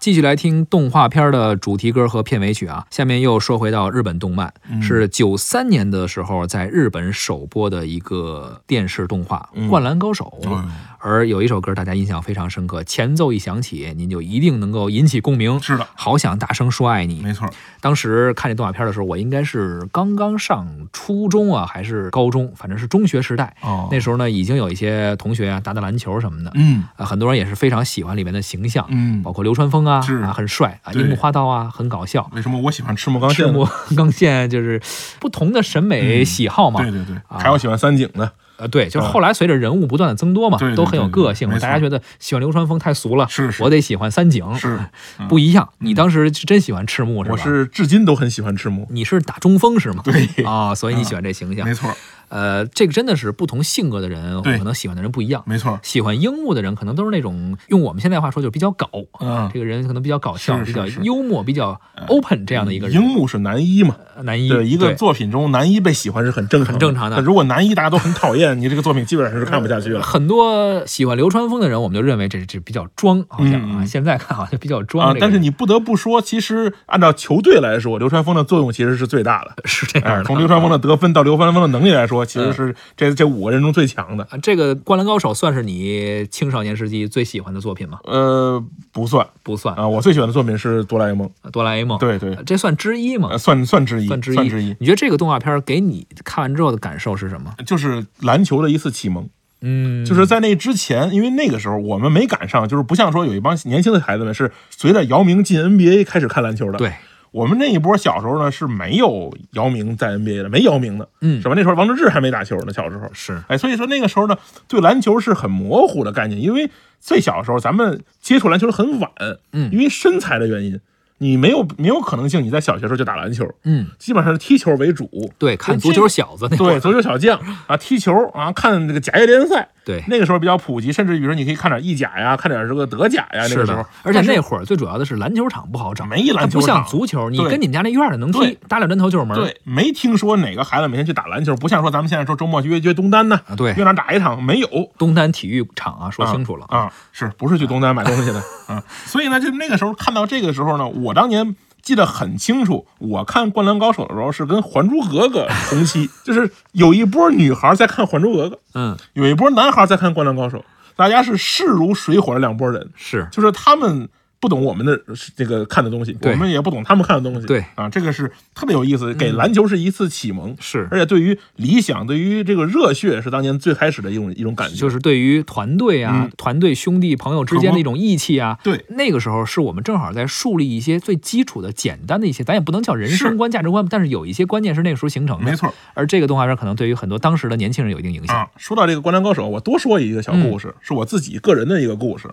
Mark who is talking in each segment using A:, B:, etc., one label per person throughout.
A: 继续来听动画片的主题歌和片尾曲啊。下面又说回到日本动漫，
B: 嗯
A: 是九三年的时候在日本首播的一个电视动画
B: 嗯
A: 《灌篮高手》
B: 嗯
A: 而有一首歌大家印象非常深刻，前奏一响起，您就一定能够引起共鸣。
B: 是的，
A: 好想大声说爱你。
B: 没错，
A: 当时看这动画片的时候，我应该是刚刚上初中啊，还是高中，反正是中学时代。
B: 哦
A: 那时候呢，已经有一些同学啊打打篮球什么的，
B: 嗯
A: 啊，很多人也是非常喜欢里面的形象，
B: 嗯
A: 包，括流川枫啊
B: 是，
A: 啊很帅啊，
B: 对
A: 樱木花道啊，很搞笑。
B: 为什么我喜欢赤木刚
A: 赤
B: 宪呢？
A: 木 刚宪就是不同的审美
B: 嗯
A: 喜好嘛，啊
B: 对对对，还有喜欢三井的，
A: 呃，对，就是
B: 嗯
A: 后来随着人物不断的增多嘛，
B: 对对
A: 都很有
B: 对
A: 个
B: 对
A: 性
B: 没
A: 嘛。
B: 错
A: 大家觉得喜欢流川枫太俗了，
B: 是是
A: 我得喜欢三井，
B: 是嗯
A: 不一样。你当时是真喜欢赤木是吧？
B: 我是至今都很喜欢赤木，
A: 你是打中锋是吗？
B: 对 嗯
A: 啊、所以你喜欢这形象
B: 没。错
A: 呃，这个真的是不同性格的人，
B: 对
A: 可能喜欢的人不一样。
B: 没错，
A: 喜欢樱木的人，可能都是那种用我们现在话说就是比较搞，
B: 嗯
A: 这，个人可能比较搞笑、
B: 是
A: 比
B: 是
A: 较
B: 是
A: 幽默、比较 open 这样的一个
B: 嗯樱
A: 人。
B: 木是男一嘛，
A: 呃男一
B: 嗯对一个
A: 对
B: 作品中男一被喜欢是很正常，
A: 很正常的
B: 但如果男一大家都很讨厌，你这个作品基本上是看不下去 了。
A: 很多喜欢流川枫的人，我们就认为这这比较装，好像啊，
B: 嗯嗯
A: 现在看好像比较装、
B: 啊
A: 这个人。！
B: 但是你不得不说，其实按照球队来说，流川枫的作用其实是最大的。
A: 是这样
B: 哎，
A: 的。嗯
B: 从流川枫的得分到流川枫的能力来说，其实是这这五个人中最强的。
A: 啊，这个《灌篮高手》算是你青少年时期最喜欢的作品吗？
B: 呃，不算
A: 不算，
B: 啊，我最喜欢的作品是《哆啦 A 梦》，
A: 哆啦 A 梦，
B: 嗯对对
A: 呃，这算之一吗
B: 呃，？算算之一，
A: 算之一。
B: 算之一，
A: 你觉得这个动画片儿给你看完之后的感受是什么？
B: 就是篮球的一次启蒙。
A: 嗯，
B: 就是在那之前，因为那个时候我们没赶上，就是不像说有一帮年轻的孩子们是随着姚明进 NBA 开始看篮球的。，
A: 对，
B: 我们那一波小时候呢是没有姚明在 NBA 的，没姚明的，
A: 嗯
B: 是吧？那时候王治郅还没打球呢，小时候。
A: 是
B: 哎，所以说那个时候呢，对篮球是很模糊的概念，因为最小的时候咱们接触篮球很晚，
A: 嗯
B: 因为身材的原因，你没有没有可能性你在小学时候就打篮球，
A: 嗯，
B: 基本上是踢球为主。
A: 对，看
B: 所
A: 足
B: 以这
A: 球小子那
B: 对，足球小将啊，踢球啊，看这个甲 A 联赛，
A: 对
B: 那个时候比较普及，甚至比如说你可以看点意甲呀，看点这个德甲呀，那
A: 是
B: 个时候
A: 的，，而且
B: 但是
A: 那会儿最主要的是篮球场不好找，
B: 没一篮球
A: 它不像
B: 场
A: 足球，你
B: 对
A: 跟你们家那院儿里能踢
B: 对，
A: 打两针头就是门儿。
B: 对没听说哪个孩子每天去打篮球，不像说咱们现在说周末去约约东单呢，
A: 啊，对
B: 约，哪儿打一场没有。
A: 东单体育场啊，说
B: 啊
A: 清楚了，
B: 啊，是不是去东单买东 西的啊？所以呢，就那个时候看到这个时候呢，我当年记得很清楚，我看《灌篮高手》的时候是跟《还珠格格》同期， 就是有一波女孩在看《还珠格格》，
A: 嗯，
B: 有一波男孩在看《灌篮高手》，大家是势如水火的两拨人，
A: 是
B: 就是他们不懂我们的这个看的东西，我
A: 对
B: 们也不懂他们看的东西。
A: 对嗯
B: 啊，这个是特别有意思，给篮球是一次启蒙，
A: 是，
B: 而且对于理想、对于这个热血是当年最开始的一种一种感觉。
A: 就是对于团队啊、团队兄弟朋友之间的一种义气啊。
B: 嗯对，
A: 那个时候是我们正好在树立一些最基础的、简单的一些，咱也不能叫人生观、价值观，但是有一些观念是那个时候形成
B: 没
A: 的。
B: 错
A: 而这个动画片可能对于很多当时的年轻人有一定影响。
B: 啊。说到这个《灌篮高手》，我多说一个小故
A: 嗯
B: 事，是我自己个人的一个故事。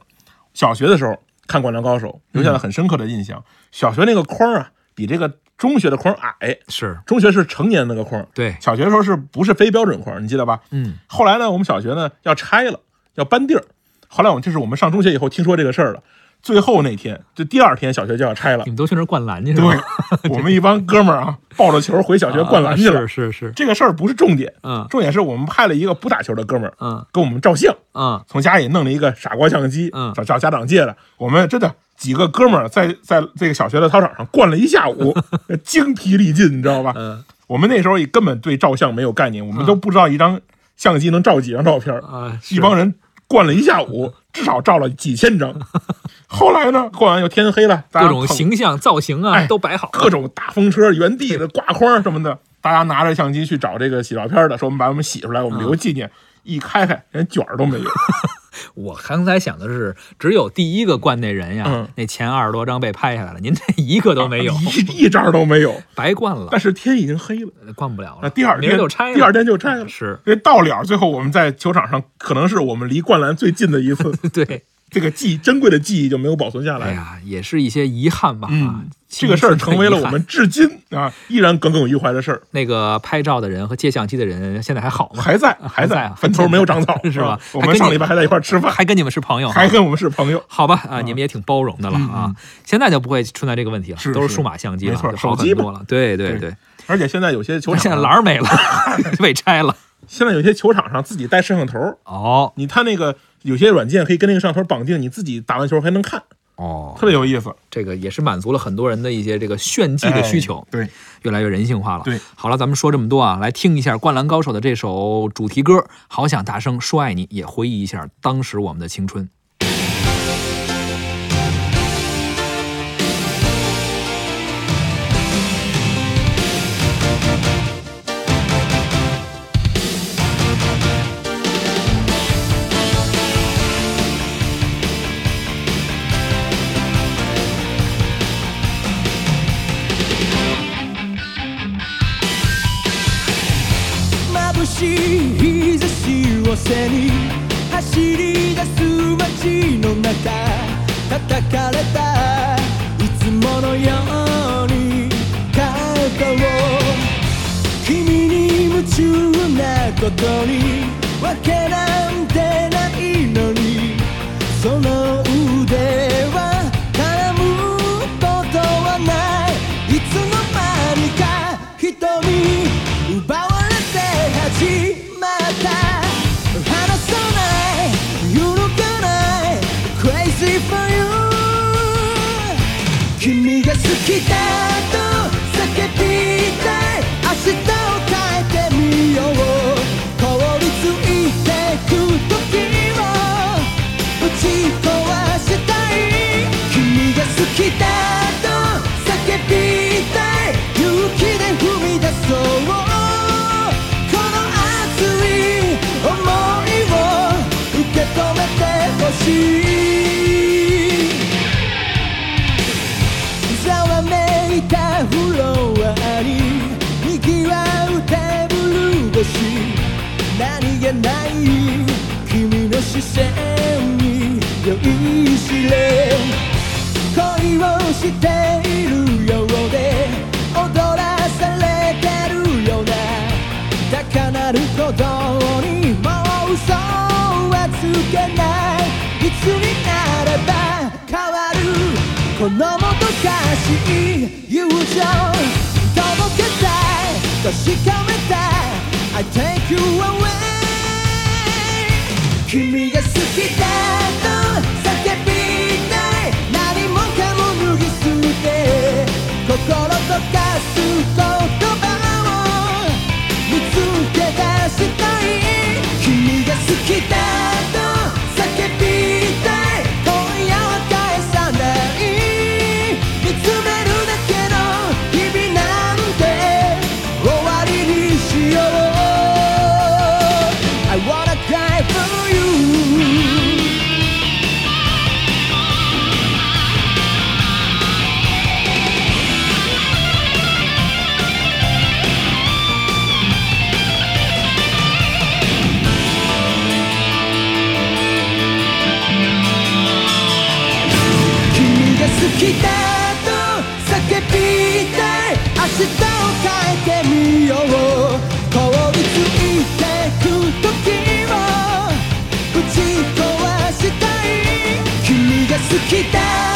B: 小学的时候看《灌篮高手》，留
A: 嗯
B: 下了很深刻的印象。小学那个框啊，比这个中学的框矮，
A: 是，
B: 中学是成年那个框，
A: 对，
B: 小学的时候是不是非标准框？你记得吧？
A: 嗯，
B: 后来呢，我们小学呢要拆了，要搬地儿。后来我们这是我们上中学以后听说这个事儿了。最后那天，就第二天，小学就要拆了
A: 你。们都去那儿灌篮去是吧？
B: 对，我们一帮哥们 儿啊，抱着球回小学
A: 啊
B: 灌篮去了。
A: 是是是，
B: 这个事儿不是重点，
A: 嗯
B: 重点是我们派了一个不打球的哥们儿
A: 嗯
B: 跟我们照相，
A: 嗯，
B: 从家里弄了一个傻瓜相机，
A: 嗯
B: 找找家长借的。我们真的几个哥们儿在在这个小学的操场上灌了一 下午，精疲力尽，你知道吧？
A: 嗯
B: 我们那时候也根本对照相没有概念，我们都不知道一张相机能照几张照片儿，
A: 啊，是
B: 一帮人灌了一下午，至少照了几 千张。后来呢，灌完又天黑了，大
A: 各
B: 家
A: 种
B: 捧
A: 形象造型啊
B: 哎
A: 都摆好了，
B: 各种大风车、原地的挂框什么的，大家拿着相机去找这个洗照片的，说我们把我们洗出来，我
A: 嗯
B: 们留纪念。一开开，连卷儿都没有。
A: 我刚才想的是，只有第一个灌那人呀，
B: 嗯啊
A: 那前二十多张被拍下来了，您这一个都没有，
B: 一一张都 没有。
A: 白灌了
B: 但，是天已经黑了，
A: 灌不了了。
B: 那啊第二
A: 明儿
B: 天
A: 就拆了，嗯
B: 第二天就拆了。
A: 是
B: 这到了最后，我们在球场上可能是我们离灌篮最近的一 次，
A: 对，
B: 这个记忆珍贵的记忆就没有保存下
A: 哎
B: 来。
A: 呀，也是一些遗憾吧。啊
B: 嗯，这个事儿成为了我们至今啊依然耿耿于怀的事儿，
A: 那个拍照的人和借相机的人现在还好吗？
B: 还在
A: 还在
B: 在
A: 啊，
B: 坟头没有长草
A: 是吧
B: 啊我
A: 还跟
B: 们
A: 你
B: 上礼拜还在一块儿吃饭，
A: 还跟你们是朋友啊？
B: 还跟我嗯们是朋友。
A: 好吧，啊，你们也挺包容的了啊。现在就不会存在这个问题了，
B: 是
A: 都是
B: 是
A: 数码相机了，
B: 没错
A: 就好
B: 手机
A: 很
B: 嘛
A: 多了。对对
B: 对
A: 对，
B: 而且现在有些球
A: 我 现在
B: 场
A: 栏
B: 啊，
A: 儿没了，被拆了。
B: 现在有些球场上自己带摄像头，
A: 哦
B: 你他那个有些软件可以跟那个摄像头绑定，你自己打完球还能看。
A: 哦，
B: 特别有意思。
A: 这个也是满足了很多人的一些这个炫技的需求
B: 哎，对，
A: 越来越人性化了。
B: 对，
A: 好了，咱们说这么多啊，来听一下《灌篮高手》的这首主题歌《好想大声说爱你》，也回忆一下当时我们的青春。
C: 眩しい日差しを背に走り出す街の中叩かれたいつものように肩を君に夢中なことにわけなんてないのにその腕は絡むことはないいつの間にか瞳奪われて始まった離さない揺るがない Crazy for you 君が好きだと叫びたい明日を変えてみよう凍りついてく時を打ち壊したい君が好きだと叫びたい勇気で踏み出そうこの熱い想いを受け止めてほしいざわめいたフロアににぎわうテーブル越し何気ない君の視線に酔いしれ恋をしているようで踊らされてるような高鳴る鼓動にもう嘘はつけないいつになれば変わるこのもどかしい友情届けたい確かめたい I take you away 君が好きだと叫びたい何もかも脱ぎ捨て心溶かす言葉を見つけ出したい君が好きだと叫びたい今夜は返さない見つめるだけの日々なんて終わりにしよう I wanna die for you 君が好きだと叫びたい明日を変えてみよう凍りついてく時を打ち壊したい君が好きだ